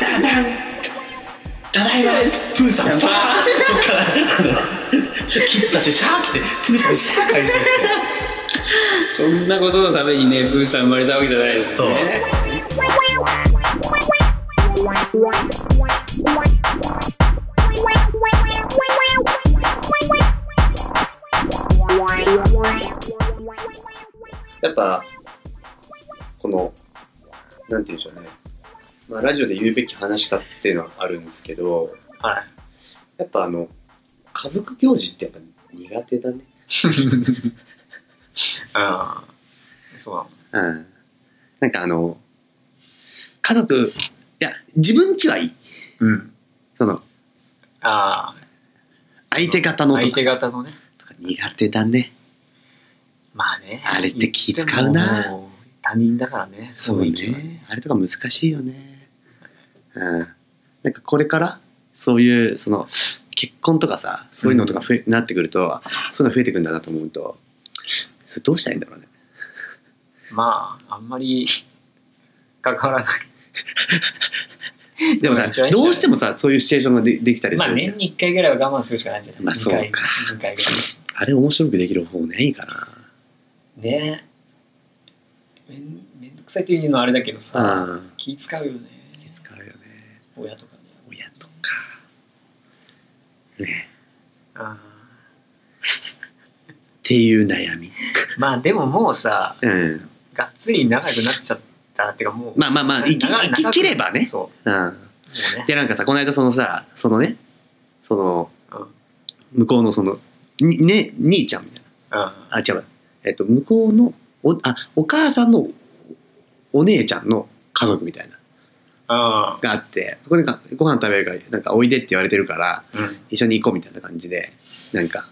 ダダンただいまプーさんファーそっからあのキッズたちシャーってプーさんシャー返してそんなことのためにね、プーさん生まれたわけじゃないですそうね。やっぱ、この、なんて言うんでしょうね。まあ、ラジオで言うべき話かっていうのはあるんですけど、はやっぱあの、家族行事ってやっぱ苦手だね。ああ、そうなの。うん。なんかあの、家族、いや、自分ちはいい。うん。その、あ相手方あ、のと相か手方のね。とか苦手だね。まあね。あれって気使うなでももう他人だからね。そういうのは。ね。あれとか難しいよね。うん。なんかこれから、そういう、その、結婚とかさ、そういうのとか増え、なってくると、そういうの増えてくんだなと思うと、それどうしたらいいんだろう ね。まあ、あんまり 関わらない。でもさ、どうしてもさ、そういうシチュエーションがでできたりすまるあよね、年に1回ぐらいは我慢するしかないんじゃないまあそうか2回二回ぐらい。あれ面白くできる方法ないかな。ねめんめんどくさいっていうのはあれだけどさ、うん。気使うよね気使うよね。親とかね親とか。ね。あっていう悩み。ーまあでももうさうん。がっつり仲良くなっちゃったっていうかもうまあまあまあ、生き長生ききればね。そうもうん。うねで、なんかさ、この間そのさ、そのね、その、うんうん向こうのその、にね、兄ちゃんみたいあな。あ、違う。えっと、向こうの、お、あ、お母さんのお姉ちゃんの家族みたいな、あがあって、そこでかご飯食べるから、なんかおいでって言われてるから、うん一緒に行こうみたいな感じでなんか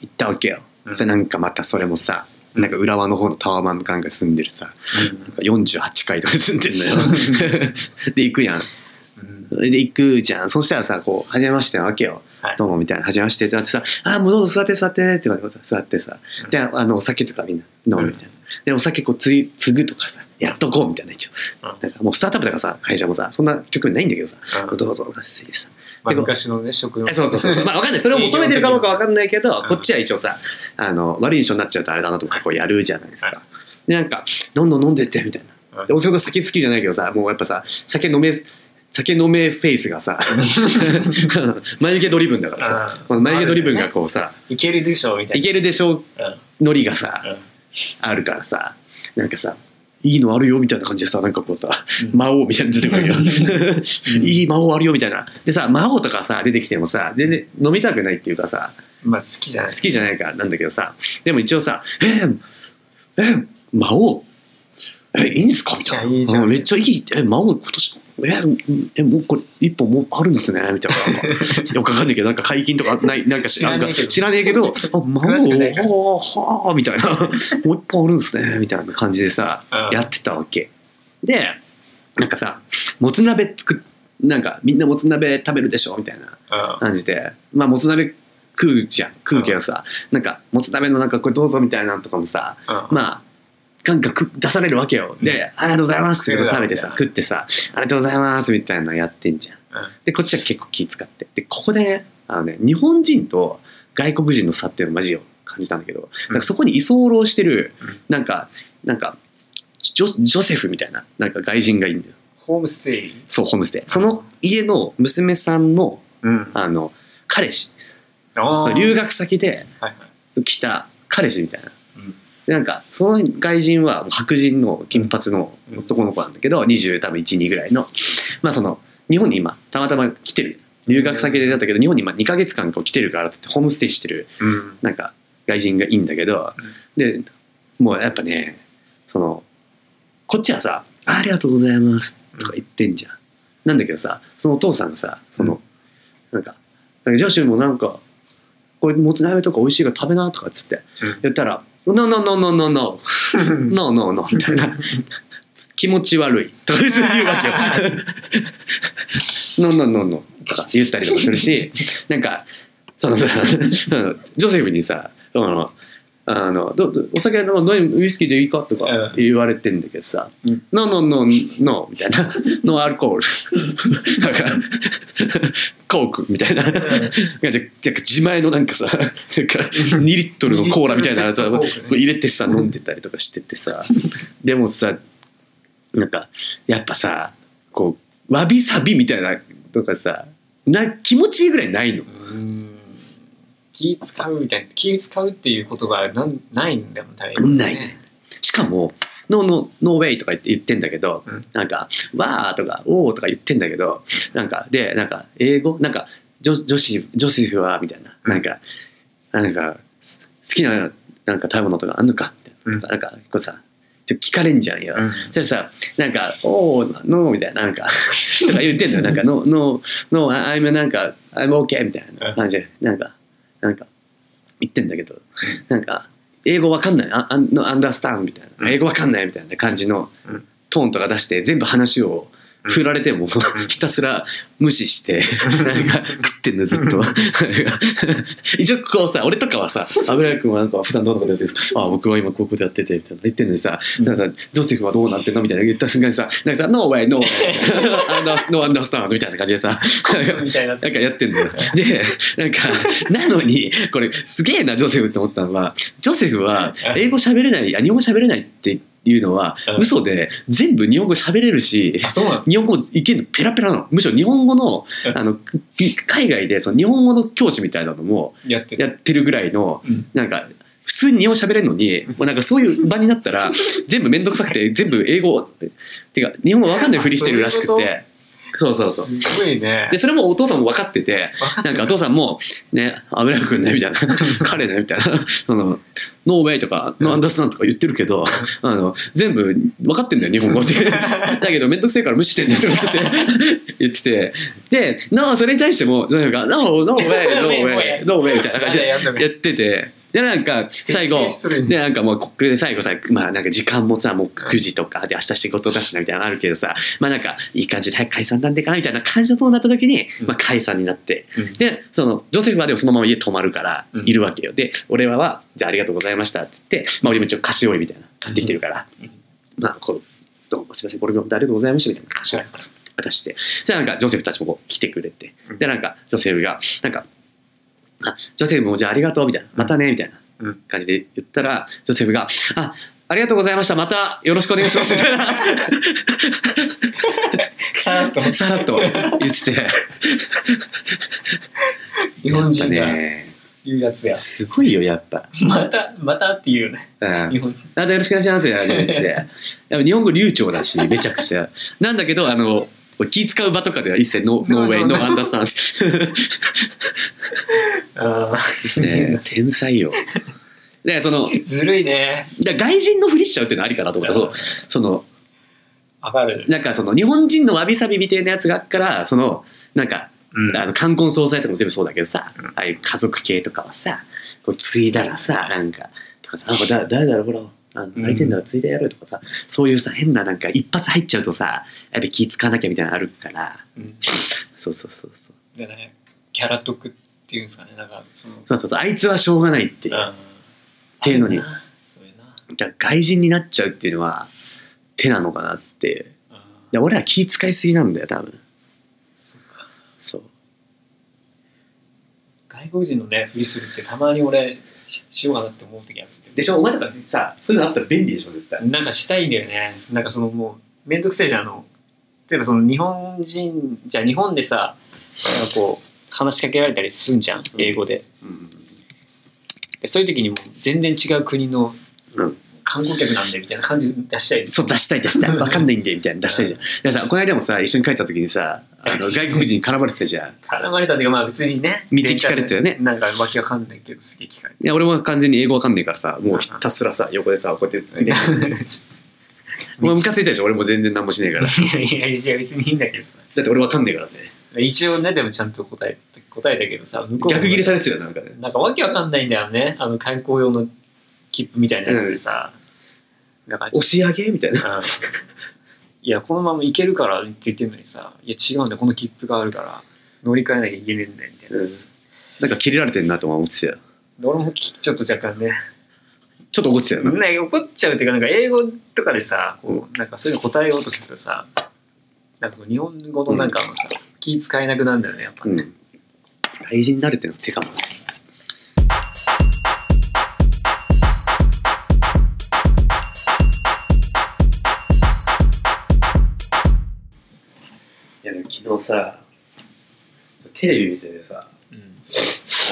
行ったわけよ、うんそれなんかまたそれもさなんか浦和の方のタワマンのんが住んでるさなんか48階とか住んでんのよで行くやんうんで行くじゃんそしたらさこう「はじめまして」なわけよ「はいどうも」みたいな「はじめまして」ってなってさ「あーもうどうぞ座って座って」って言われてさ座ってさであのお酒とかみんな飲むみたいなでお酒こうつい継ぐとかさやっとこうみたいな一応うんなんかもうスタートアップだからさ会社もさそんな局面ないんだけどさ「うんどうぞ」とかしてさ まあ昔のね食のえそうそうそうそう。まあわかんない。それを求めてるかどうかわかんないけど、こっちは一応さ、あの、悪い印象になっちゃうとあれだなとか、こうやるじゃないですはいか。で、なんか、どんどん飲んでって、みたいな。で、お仕事酒好きじゃないけどさ、もうやっぱさ、酒飲め、酒飲めフェイスがさ、 眉毛ドリブンだからさ、うんこの眉毛ドリブンがこうさ、いけるでしょみたいいけるでしょ、なノリがさ、うんうんあるからさなんかさいいのあるよみたいな感じでさなんかこうさ、うん魔王みたいなの出てくるよ いい魔王あるよみたいなでさ魔王とかさ出てきてもさ全然飲みたくないっていうかさまあ好きじゃな好いきじゃないからなんだけどさでも一応さ「えーえー魔王えいいんすか?」みたいいやいいじゃなんうんめっちゃいい」え魔王今年えーえもうこれ一本もうあるんですね」みたいな よくわかんないけどなんか解禁とかないなんか知知らねえけど知らねえけど「あ魔王詳しくないからはあはあ」みたいな「もう一本あるんですね」みたいな感じでさうんやってたわけでなんかさもつ鍋作っなんかみんなもつ鍋食べるでしょみたいなうん感じでまあもつ鍋食うじゃん食うけどさ、なんかもつ鍋のなんかこれどうぞみたいなのとかもさうんまあガンガン食出されるわけよで「ありがとうございます」って食べてさ食ってさ「ありがとうございます」みたいなのやってんじゃんうんでこっちは結構気使ってでここでねあのね日本人と外国人の差っていうのをマジよ感じたんだけどなんかそこに居候してるうんなんかなんかジョジョセフみたいななんか外人がいるんだよホームステイそうホームステイその家の娘さんのうんあの彼氏あー留学先ではいはい来た彼氏みたいな。うんでなんかその外人は白人の金髪の男の子なんだけど20多分12ぐらいのまあその日本に今たまたま来てる留学先でだったけど日本に今2ヶ月間こう来てるからってホームステイしてるうんなんか外人がいいんだけどでもうやっぱねそのこっちはさ「ありがとうございます」とか言ってんじゃん。なんだけどさそのお父さんがさその、なんか「なんかジョシュもなんかこれもつ鍋とか美味しいから食べな」とかっつってうん言ったら「ノーノーノーノーノーノーノーノーノー」みたい な「気持ち悪い」とか言うわけよ。ノーノーノーノーとか言ったり とかするしなんかそのさそのジョセフにさそのあのどどお酒は飲む飲みウイスキーでいいかとかうん言われてんだけどさ「うんノーノーノーノー」みたい な「ノーアルコール」なんか「コーク」みたいななんかじゃじゃ自前のなんかさなんか2リットルのコーラみたいなさコークね入れてさ飲んでたりとかしててさ でもさなんかやっぱさこうわびさびみたいなとかさな気持ちいいぐらいないのうん気使うみたいな気使うっていう言葉はなんないんだもん大ないねしかも「ノーノーノーウェイ」とか言って言ってんだけど、うんなんか「わー」とか「おー」とか言ってんだけどなんかでなんか英語なんかジョ「ジョシジョセフは」みたいななんかなんかす好きななんか食べ物とかあんのかみたいな,、うんなんかこうさちょっと聞かれんじゃんよ、うんそしたらさなんか「おーノー」みたいななんか とか言ってんのよなんか「ノーノーノー I'm なんか I'm OK」みたいな感じでなんかなんか言ってんだけどなんか英語わかんないああのアンダースタンみたいな、うん英語わかんないみたいな感じのうんトーンとか出して全部話をうん振られても、ん ひたすら無視してなんか食ってんのずっと 一応こうさ俺とかはさ油く君はなんか普段どうとかでやってるんですかあ僕は今こういうことやっててみたいな言ってんのにさうんなんかさジョセフはどうなってんのみたいな言った瞬間にさ「なんかさ No way no way アンダーノーアンダースタンド」みたいな感じで さなんかみたいななんかやってんだよ。で、なんか、なのに、これ、すげえな、ジョセフって思ったのは、ジョセフは、英語喋れない、あ日本語喋れないっていうのはうん、嘘で、全部日本語喋れるし、あそうなの日本語いけるのペラペラなの。むしろ日本語のう、んあの、く海外で、その日本語の教師みたいなのもやってるやってるぐらいの、うんなんか、普通に日本語喋れるのに、もうなんかそういう場になったら、全部めんどくさくて、全部英語、てか、日本語わかんないふりしてるらしくあそうて。そうそうそう。すごいねで、それもお父さんも分かってて、分かっなんかお父さんも、ね、油くんね、みたいな、 彼ね、みたいな、その、ノーウェイとか、ノーアンダースタンドとか言ってるけど、あの、全部分かってんだよ、日本語って。 だけど、めんどくせえから無視してんだよ、とか言ってて、言ってて、で、なあ、それに対しても、なんか、ノー、ノーウェイ、 ノーウェイ、ノーウェイみたいな感じでやってやってて、で、なんか、最後、 でなんかもうこで最後さまあなんか時間もさもう9時とかで明日仕事だしなみたいなのあるけどさまあなんかいい感じで早く解散なんでかなみたいな感じのとになった時に、うんまあ、解散になって、うんでそのジョセフはでもそのまま家泊まるからうんいるわけよ、で俺らは「じゃあありがとうございました」って言って、まあ、俺も一応菓子折りみたいな買ってきてるから、うんまあこう「どうもすいませんこれもありがとうございました」みたいな菓子折り渡してじゃあなんかジョセフたちもこう来てくれてうんでなんかジョセフがなんか「あジョセフもじゃあありがとう」みたいな「またね」みたいな。感じで言ったら、ジョセフが、あ、ありがとうございました。またよろしくお願いします。みた いな、さらさらっっとと言ってて。日本人やっぱがね。言うやつやすごいよ、やっぱ。またまたっていうねうん日本人またよろしくお願いしますみたいな感じ で言ってて。でも日本語流暢だし、めちゃくちゃ。なんだけど、あの、気使う場とかでは一切ノーノーウェイ、ノーアンダースタンあ ド。ね天才よ。で、その、ー ずるいねだから外人のふりしちゃうっていうのはありかなと思った。そう、その、わかるなんかその日本人のわびさびみたいなやつがあっからそのなんか、うんあの冠婚葬祭とかも全部そうだけどさ、うんああいう家族系とかはさこう継いだらさなんかとかさなんかだ誰だろうほらあのうん相手だから継いでやるとかさ、そういうさ変ななんか一発入っちゃうとさやっぱ気使わなきゃみたいなのあるからうんそうそうそうそうでねキャラ得っていうんですかねなんかそのそうそうそうあいつはしょうがないっていうあーていうのにあるなそういうなだから外人になっちゃうっていうのは手なのかなってあでー俺ら気使いすぎなんだよ多分そっかそう外国人のねふりするってたまに俺ししようかなって思う時あるでしょお前とかさそういうのあったら便利でしょ絶対なんかしたいんだよねなんかそのもう面倒くせえじゃんあの例えばその日本人じゃあ日本でさなんかこう話しかけられたりすんじゃん英語ででそういう時にもう全然違う国のうん観光客なんでみたいな感じ出したいそう出したい出したいうん分かんないんでみたいな出したいじゃんでさこの間もさ一緒に帰った時にさあの外国人に絡まれてたじゃん絡まれた時はまあ普通にね道聞かれたよねなんかわけわかんないけどすげえ聞かれいや俺も完全に英語分かんないからさもうひたすらさ横でさこうやって見てましたもうムカついたでしょ俺も全然何もしねえからたいやいやいや別にいいんだけどさだって俺分かんねえからね一応ねでもちゃんと答え答えたけどさ向こうも逆切れされてたよなんかねなんかわけわかんないんだよねあの観光用の切符みたいなやつでさ、だからちょ押し上げみたいなっとうんいやこのまま行けるからって言ってんのにさいや違うんだよこの切符があるから乗り換えなきゃいけねえんだよみたいな、なんか切れられてんなとは思ってたよ俺もきちょっと若干ねちょっと怒ってたよな、なんか怒っちゃうっていうかなんか英語とかでさこうなんかそういうの答えようとするとさなんかこう日本語のなんかもさ、気使えなくなるんだよねやっぱうね、ん、大事になるっていうのは手かもねいやでも昨日さテレビ見ててさうん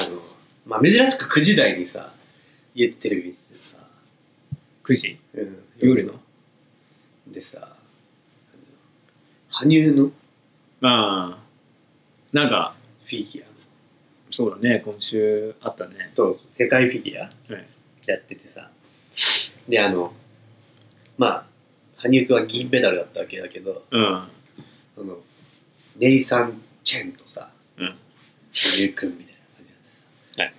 あの、まあ、珍しく9時台にさ家でテレビ見ててさ、 9時うん夜のでさあの羽生のフああなんかィギュアそうだね今週あったねと世界フィギュアはいやっててさ、であのまあ羽生君は銀メダルだったわけだけどうんそのネイサン・チェンとさ、うん羽生君みたいな感じではい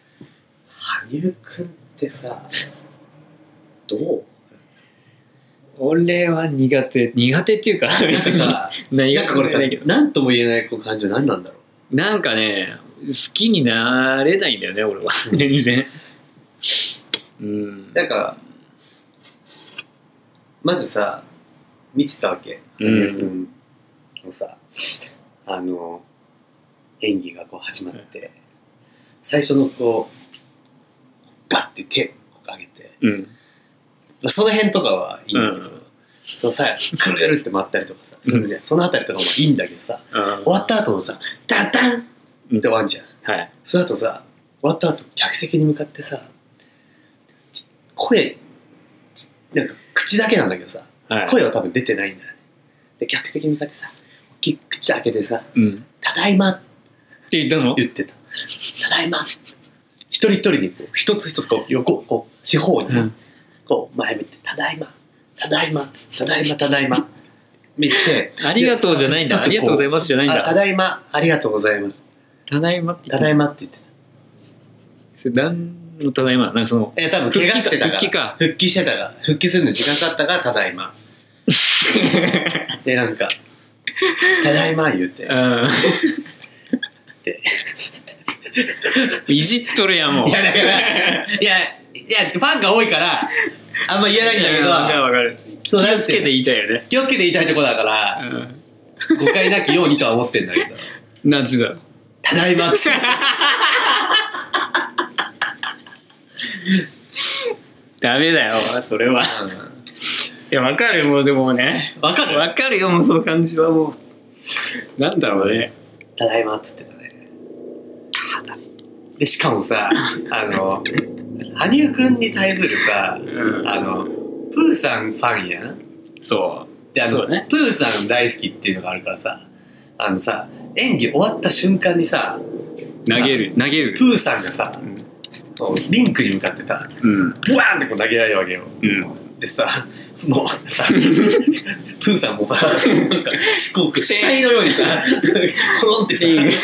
さ、羽生君ってさどう俺は苦手苦手 っていうか別なんかにさ何なんがかこれ苦手ないけさど何とも言えないこう感情何なんだろうなんかね好きになれないんだよね俺 は全然うんなんかまずさ見てたわけうん羽生君のさ、あの演技がこう始まって、最初のこうバッて手を上げて、うんまあ、その辺とかはいいんだけど、うんそのさくるるって回ったりとかさそれ、ね、その辺りとかもいいんだけどさ終終わった後のさ「ダンダン!」って終わんじゃん。はいその後さ終わった後客席に向かってさち声ちなんか口だけなんだけどさはい声は多分出てないんだよねで客席に向かってさ大きい口開けてさうんっ「ただいま」ってて言ったの言ってた「ただいま」一人一人にこう一つ一つこう横こう四方にうねんこう前見て「ただいま」「ただいま」「ただいま」「ただいま」見てありがとうじゃないんだありがとうございますじ「ゃないんあただだいま」「ありがとうございます」ただいまっ「てた言っだていま」って言ってたそれ何のただいまなんかそのえー、多分怪我してたから復帰か復帰してたから復帰するのに時間かかったからただい までなんか「ただいま」言うていでいじっとるやんもうやだからいやいやファンが多いからあんま言えないんだけどわかるわかるそう気をつけてなんていう言いたいよねの気をつけて言いたいとこだから誤解なきようにとは思ってんだけど夏だ「ただいま」ってダメだよそれはうんいやわかるもうでもねわかるわかるよもうその感じはもうなんだろうね「ただいま」っつってたねでしかもさあの羽生君に対するさうんあのプーさんファンやんそであその、うねプーさん大好きっていうのがあるからさあのさ演技終わった瞬間にさう投げる投げるプーさんがさうんこうリンクに向かってさうんブワーンってこう投げられるわけようんでさもうさプーさんもさなんか四国死体のようにさコロンってさうんし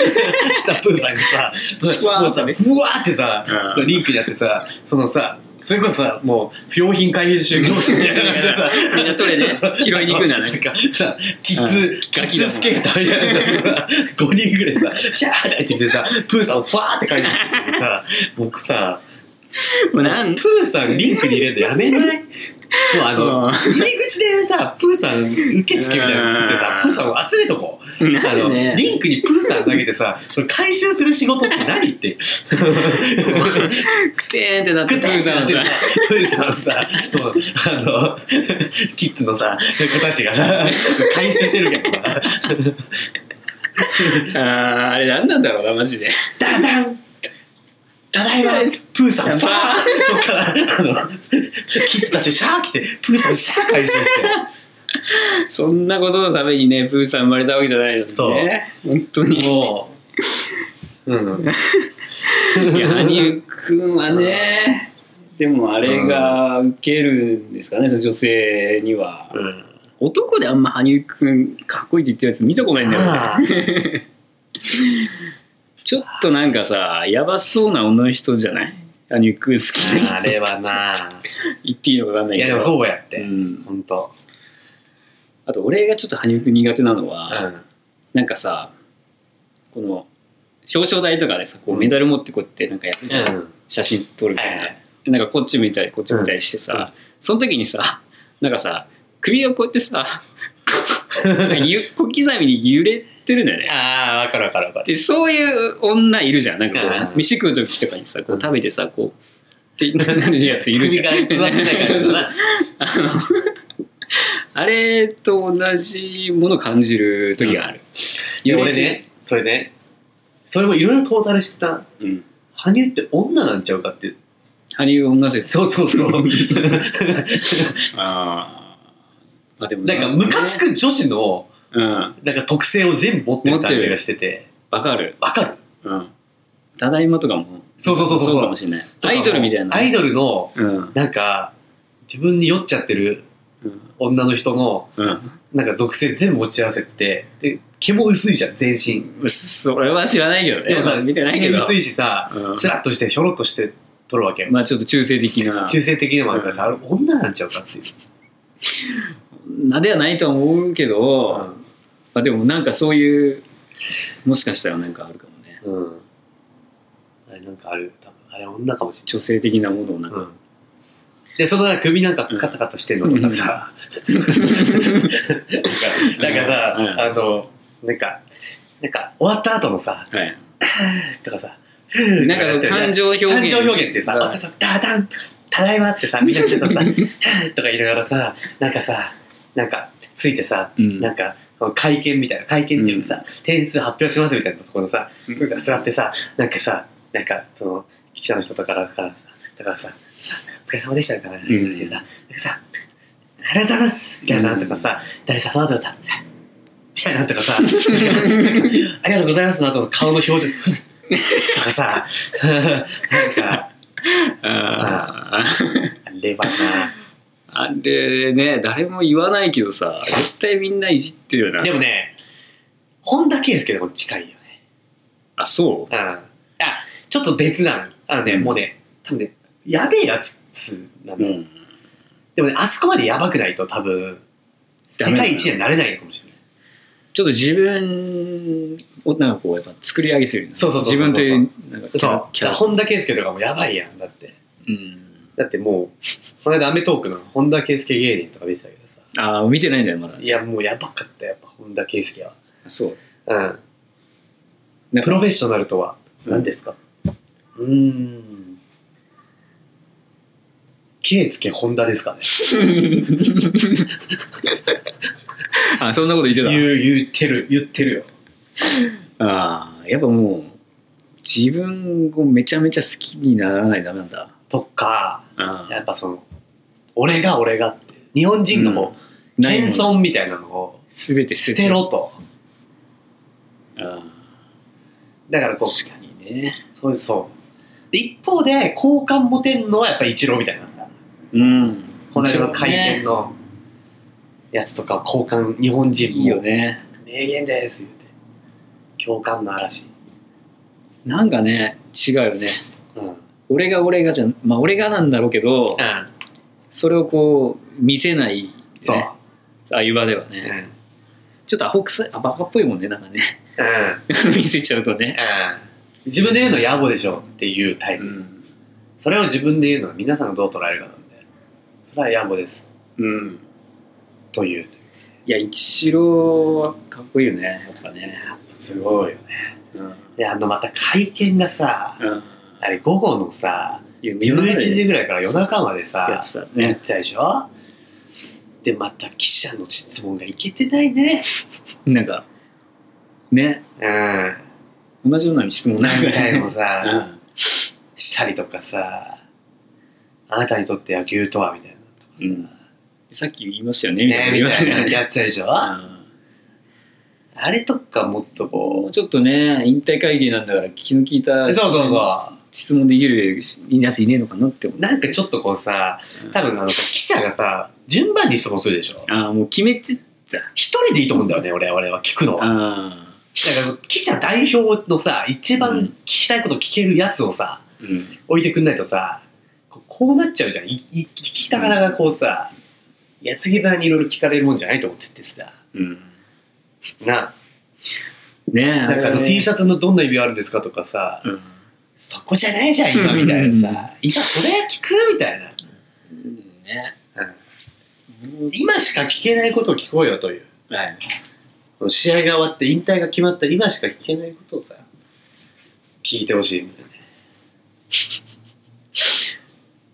たプーさんがシュワさーもうさブワーってさうんリンクになってさそのさそれこそさもう不用品回収業者みたいな感じでさみんな取れねそうそう拾いに行くんだねなんかさキッうズキガッキズだもんスケーターみたいなさ5人ぐらいさシャーって言ってさプーさんをファーって書いてるのさ僕さもうなんプーさんリンクに入れるのやめないもうあの、うん入り口でさプーさん受付みたいなの作ってさうんプーさんを集めとこうあの、リンクにプーさん投げてさそれ回収する仕事って何ってクテーンってなってグタグタなってプーるさんプーさんをさもうあのキッズのさ子たちがさ回収してるけどさあーあれ何なんだろうなマジでダダンただいまプーさんやフばァーそっからあのキッズたちシャー来てプーさんシャー回収してそんなことのためにねプーさん生まれたわけじゃないのにね本当にもう、うん、いや羽生君はねでもあれが受けるんですかねその女性には、うん、男であんま羽生君かっこいいって言ってるやつ見たことないんだよねああ、ちょっとなんかさやばそうな女の人じゃない羽生君好きな人あれはな、言っていいのか分かんないいけやどでもそうやって、うん、本当、あと俺がちょっと羽生君苦手なのうは、ん、なんかさこの表彰台とかでさこうメダル持ってこうやってなんかやるじゃん、うん写真撮るみたいな、はいはいなんかこっち見たりこっち見たりしてさ、その時にさなんかさ首をこうやってさ なんかゆ小刻みに揺れてるんだよねああ、わかるわかるわかる。でそういう女いるじゃんなんかこうう飯食う時とかにさこうんう食べてさこうってなるやついるじゃん首が座ってないからそうそうあのあれと同じものを感じる時がある、いや、俺ね、それね、それもいろいろトータルしてた。うん羽生って女なんちゃうかって。羽生女説そうそうそう。あーあでもなんか、ムカつく女子の、うんなんか特性を全部持ってる感じがしてて。わかるわかるうんただいまとかもそうそうそうそうかもしれないアイドルみたいなアイドルの、うんなんか、自分に酔っちゃってるうん女の人の、うんなんか属性全部持ち合わせてて、で、毛も薄いじゃん、全身。それは知らないけどねでもさ見てないけど薄いしさ、うんスラッとしてひょろっとして撮るわけよ。まあちょっと中性的な中性的でもあるからさ、あれ女なんちゃうかっていう。なではないとは思うけど、まあ、でもなんかそういうもしかしたらなんかあるかもねうん。あれなんかある。多分あれ女かもし女性的なものをなれない。うんん。かで、そのなんか首なんかカタカタしてんのとかさ、 なんかさ、うんあの、なんか、なんか終わった後のさ、はいとかさ、なんかその感情表現感情表現ってさ、うんまたさ、ダダン、ただいまってさ、みんなちょっとさ、 とか言いながらさ、なんかさ、なんかついてさ、うんなんか、会見みたいな、会見っていうかさ、点数発表しますみたいなところさ、うん座ってさ、なんかさ、なんか、その、記者の人とかからさ、だからさ、お疲れ様でしたみたいな感じでさ、なんかさ、ありがとうございますみたいなとかさ、誰さ、その後さ、みたいなとか さ、なんかありがとうございますの後の顔の表情とかさ、なんか、あーあれはな。あれね誰も言わないけどさ絶対みんないじってるよなでもね、本田圭佑でも近いよね。あそううん。あ、ちょっと別なの。あのね、うんもうね、多分ね、やべえやつなんうだ、んでもね、あそこまでやばくないと多分、世界一ちにはなれないのかもしれない。ょっと自分をなんかこうやっぱ作り上げてるよねそうそうそうそ自う分というなんかキそうャラ。だキかャらラ本田圭佑とかもやばいやん。だって。うんだってもう、この間アメトークの本田圭佑芸人とか見てたけどさ、ああ見てないんだよまだいや、もうやばかったよやっぱ本田圭佑は。そう うん。なんプかロフェッショナルとは何ですかうーん。圭介本田ですかね。あそんなこと言ってた言う、言ってる、言ってるよ。ああやっぱもう自分をめちゃめちゃ好きにならないとダメなんだとか、あやっぱその、俺が俺がって、日本人のもう、謙遜みたいなのを全て捨捨ててろろと。あだからこう、確かにねそういう、そう。で一方で、好感持てんのはやっぱイチローみたいなさ。うんこの間の会見ののやつとか、好感、日本人いいよも、ね名言です、言うて。共感の嵐。なんかね違うよねうん。うん。俺が俺がじゃんまあ俺がなんだろうけどそれをこう見せない、ね、そう。ああいう場ではうん。ね、うん。ちょっとアホくさいあバカっぽいもんねなんかねうん。見せちゃうとね自分で言うの野暮でしょっていうタイプ。んそれを自分で言うのは皆さんがどう捉えるかなんでそれは野暮ですうんといういや一郎はかっこいいよねやっぱねすごいよねうんであのまた会見がさうんあれ午後のさいや11時ぐらいから夜中までやさってたやっねてたでしょでまた記者の質問がいけてないねなんかねうん同じような質問なんか何回もね うさんしたりとかさあなたにとって野球とはみたいなとかさ、うんさっき言いましたよねみたねいなみたいな言われたやってたでしょ、うんあれとかもっともこうちょっとね引退会議なんだから気の利いうたそうそうそう質問できるやついねえのかなって思うなんかちょっとこうさ多分あのさ記者がさ順番に質問するでしょああもう決めて一人でいいと思うんだよね俺俺は聞くのはああだから記者代表のさ一う番ん聞きたいこと聞けるやつをさうん置いてくんないとさこうこうなっちゃうじゃんいい聞きたがこうさ矢継ぎ早にいろいろ聞かれるもんじゃないと思っちゃってさうんなねえなんかあの T シャャツのどんな意味があるんですかとかさツうんそこじゃないじゃん今みたいなさ今それ聞くみたいなね。今しか聞けないことを聞こうよというはい。試合が終わって引退が決まった今しか聞けないことをさ聞いてほしいみたい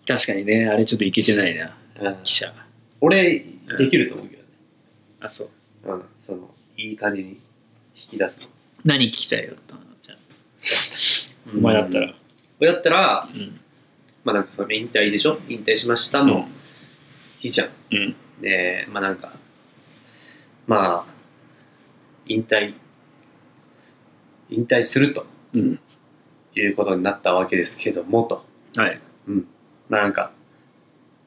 確かにね、あれちょっといけてないな、な、記者が。俺できると思うけどね、あ、そう。うん、そのいい感じに引き出すの何聞きたいだったのじゃあお前だったら。俺だったらうん。まあなんかその引退でしょ引退しましたの日じゃん、うん。でまあなんかまあ引退引退するとうん。いうことになったわけですけどもとはい。まあなんか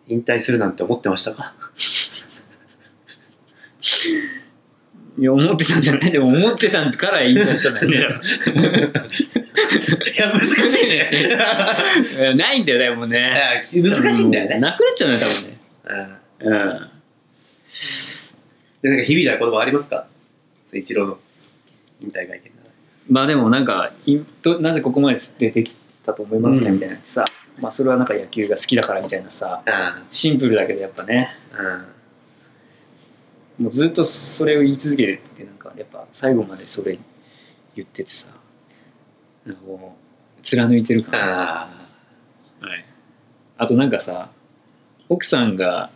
引退するなんて思ってましたかいや、思ってたんじゃないでも思ってたから言い出したんだよ いや難し いねね。ないんだよね、もうね。いや難しいんだよね、なくなっちゃうね、多分ね。うんうん。でなんか響いた言葉ありますかイチローの引退会見まあでもなんかいどなぜここまで出てきたと思いますねうんみたいなさ、まあそれはなんか野球が好きだからみたいなさあシンプルだけどやっぱねあうんもうずっとそれを言い続けてなんかやっぱ最後までそれ言っててさなんかもう貫いてる感あ,、あはい、あとなんかさ奥さんが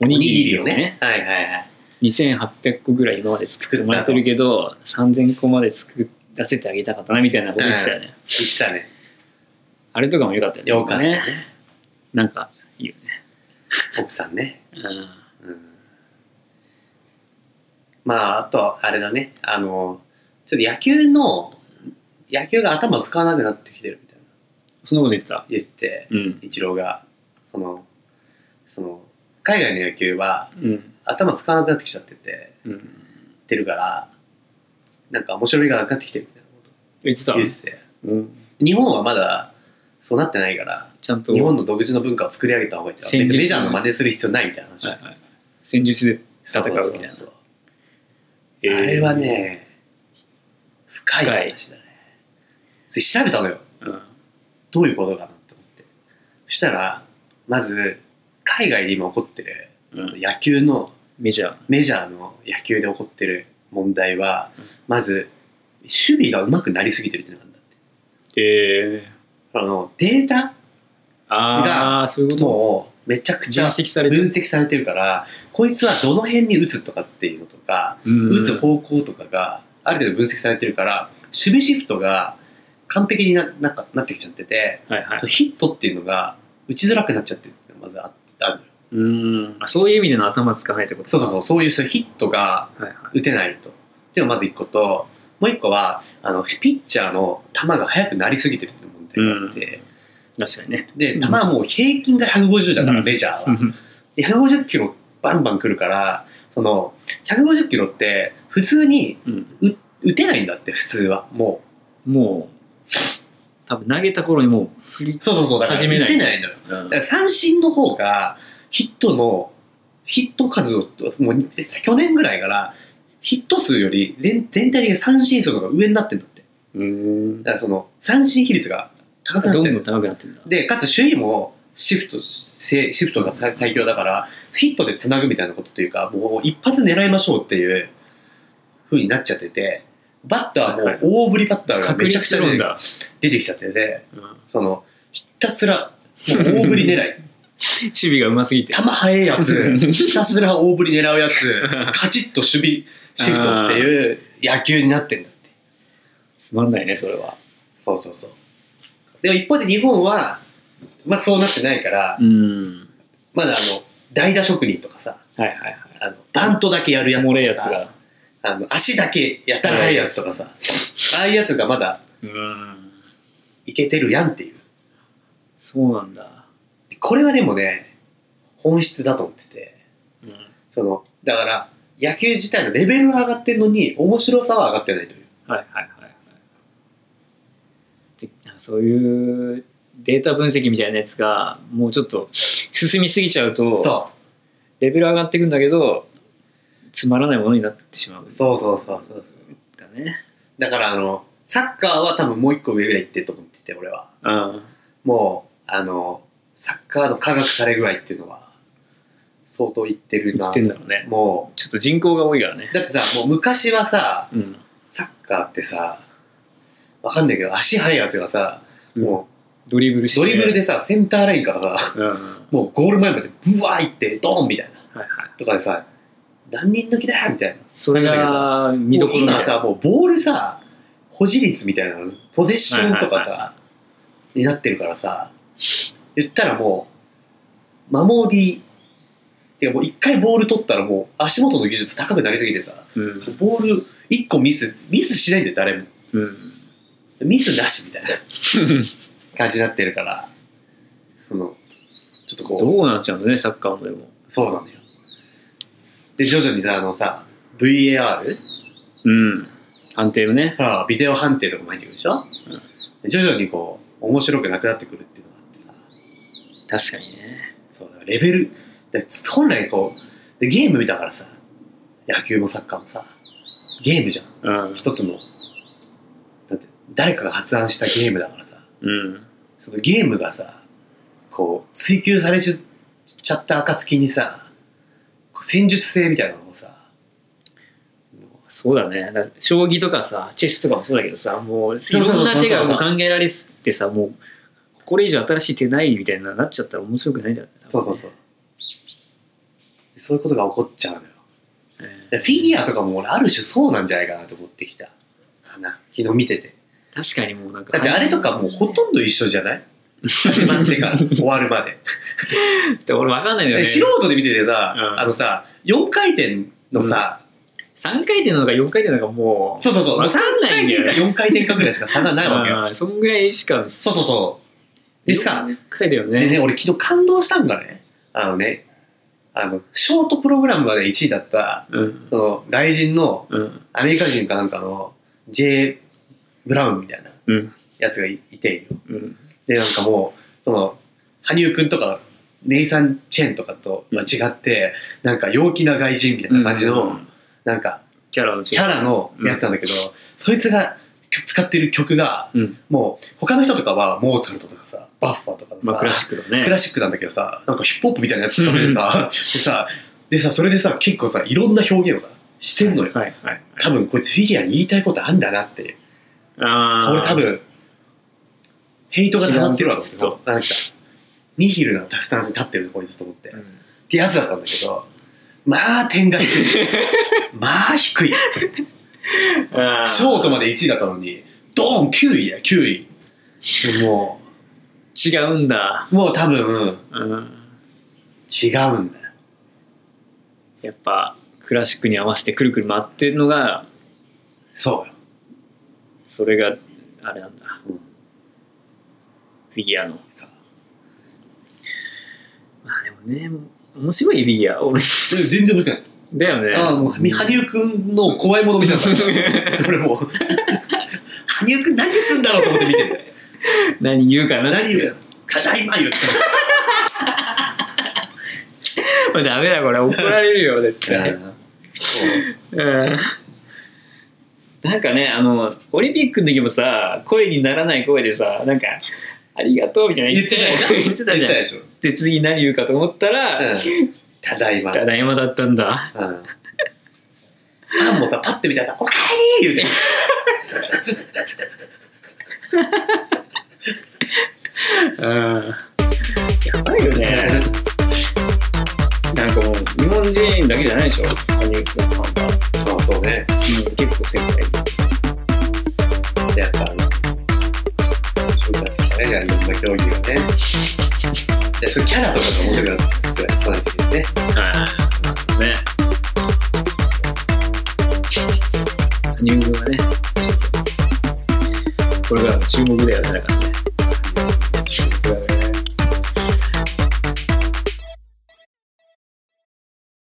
おおににぎぎりりををねねはいはいはい2800個ぐらい今まで作ってもらってるけど3000個まで作らせてあげたかったなみたいなこと言ってたよね、言ってたねあれとかも良かったよねよかったねなんか奥さんね、うんうん、まああとはあれだねあのちょっと野球の野球が頭使わなくなってきてるみたいなそんなこと言ってた。言ってうん。てイチローがそのその海外の野球はうん。頭使わなくなってきちゃっててうん。てるからなんか面白みがなくなってきてるみたいなこ言ってたと。言っててうん。日本はまだそうなってないからちゃんと。日本の独自の文化を作り上げた方がいいって戦別術にメジャーの真似する必要ないみたいな話はしいはい戦術でて戦たうみたいな。あれはえね、深い話だね。それ調べたのよ。ー。うん。どういうことかなって思って。そしたら、まず、海外で今起こってる、うん野球の、メジャー。メジャーの野球で起こってる問題はうん、まず、守備が上手くなりすぎてるっていうのがあるんだって。えー。あの、データああ、そういうこと。もう、めちゃくち分ゃ析され分てる。析されてるから、こいつはどの辺に打つとかっていうのとか、打打つ方向とかがある程度分析されてるから守備シフトが完璧にななんかなってきちゃってて、はいはいそ。のヒットっていうのが打ちづらくなっちゃってるっていうのがまずああるのようん。あそういう意味での頭使わないってことそうそうそうそういうそのヒットがう。はいはい。打てないとっていうのがまず一個ともう一個はあのピッチャーの球が速くなりすぎてるっていう問題があって、確かにね。で球はもう平均が150だから、うんメジャーは。で150キロバンバン来るからその150キロって普通にうん。打てないんだって普通はもう。もう、多分投げた頃にもう振り。そうそうそう、だから始めない打てないのよ。うんだから三振の方が、ヒットの、ヒット数を、もう去年ぐらいから、ヒット数より全全体的に三振数の方が上になってんだって。うんだ。からその、三振比率が高くなどっんてどんる。高くなってんだ。で、かつ守備もシフト、せシフトが最最強だから、ヒットでつなぐみたいなことというか、もう一発狙いましょうっていう風になっちゃってて、バッターも大振りバッターが確めちゃ立くしちてゃるん出てだ。出てきちゃってて、うんその、ひたすら、もう大振り狙 い。守備がうますぎて。球速いやつ、ひたすら大振り狙うや つ、カチッと守備シフトっていう野球になってんだって。つまんないね、それは。そうそうそう。でも一方で日本は、まあそうなってないから、うん。まだあの、代打職人とかさ、はいはいはい。あのバントだけやるやつと漏れやつかさ、が。あの足だけやたら速いやつとかさ、ああいうやつがまだうん。いけてるやんっていう。そうなんだ。これはでもね、本質だと思ってて。うん。そのだから野球自体のレベルは上がってるのに面白さは上がってないというはいはいはいはい。でそういうデータ分析みたいなやつがもうちょっと進みすぎちゃうとそレベル上がっていくんだけどつまらないものになってしまうんうそうそうそうそうだね。だからあのサッカーは多分もう一個上ぐらいいってると思ってて俺はあもうあのサッカーの科学され具合っていうのは相当いってるあなってんだろうねもちょっと人口が多いからねうだってさもう昔はさうんサッカーってさわかんないけど足速いやつがさもドリブルうしてドリブルでさセンターラインからさうんはもうゴール前までブワーいってドーンみたいないはいとかでさ何人抜きだよみたいなそれが見どころだ今さもうボールさ保持率みたいなのポゼッションとかはいはいさになってるからさ言ったらもう守りてかもう一回ボール取ったらもう足元の技術高くなりすぎてさうんボール一個ミスミスしないんだよ誰もうんミスなしみたいな感じになってるからそのちょっとこうどうなっちゃうんだねサッカーもでもそうなのよで徐々にさあのさ VAR うん判定をねああビデオ判定とかも入ってくるでしょ、で徐々にこう面白くなくなってくるっていうのがあって確かにねさそうだからレベルだから本来こうでゲームだからさ野球もサッカーもさゲームじゃんうん一つのだって誰かが発案したゲームだからさうんそのゲームがさこう追求されちゃった暁にさこう戦術性みたいなのもさそうだねだ将棋とかさチェスとかもそうだけどさもういろんな手そうそうそうがそ考えられてさもうこれ以上新しい手ないみたいななっちゃったら面白くないんだよねそうそうそうそういうことが起こっちゃうのよえでーフィギュアとかも俺ある種そうなんじゃないかなと思ってきたかな昨日見てて確かにもうなんかだってあれとかもうほとんど一緒じゃない始まって から終わるまでで 俺わかんないんだよでね素人で見ててさ、うんあのさ4回転のさ、 3回転なのか4回転なのかもうそうそうそうもうわ3かんない回んだ転よかね4回転かぐらいしか差がないわけようんそんぐらいしかそうそうそうでしか4回だよねでね俺昨日感動したんだねあのねあのショートプログラムまで1位だったうんその外人のうんアメリカ人かなんかの J ・ブラウンみたいなうんやつがいいてようんでなんかもうその羽生くんとかネイサン・チェンとかとは違って、なんか陽気な外人みたいな感じの、うんなんかキャラの違いキャラのやつなんだけど、そいつが曲使ってる曲が、うんもう他の人とかはモーツァルトとかさバッファーとかさ、まあクラシックだクねラシックなんだけどさなんかヒップホップみたいなやつとかでさでさでさそれでさ結構さいろんな表現をさしてんのよ、はいはい多分こいつフィギュアに言いたいことあんだなってあー俺多分ヘイトが溜まってるわけ違うよなんかニヒルなスタンスに立ってるのこいつと思って、うっんてやつだったんだけどまあ点が 低いまあ低いあショートまで1位だったのにドーン9位や9位も違うんだうもう多分うん違うんだよやっぱクラシックに合わせてくるくる回ってるのがそうよそれがあれなんだ、うんフィギュアのさまあでもね面白いフィギュア俺全然面白くないだよねああもう羽生くんの怖いもの見た から俺もう羽生くん何すんだろうと思って見てる何言うかなっ何て言う課題前言ってこれ ダメだこれ怒られるよ絶た対、うんなんかねあのオリンピックの時もさ声にならない声でさなんか「ありがとう」みたいな言ってたじゃん言ってたじゃんでしょ、で次何言うかと思ったら「うん、ただいま、ただいま」だったんだうん、ファンもさパッて見たら「おかえり!」言うてうんやばいよねなんかもう日本人だけじゃないでしょ羽生君ファンが、ああそうねうん、結構世界やっぱあの面白くなってきたねいろんな競技がねでそういうキャラとかが面白くなってきそうなんですよねああね羽生君はねちょっとこれからも注目だよねだから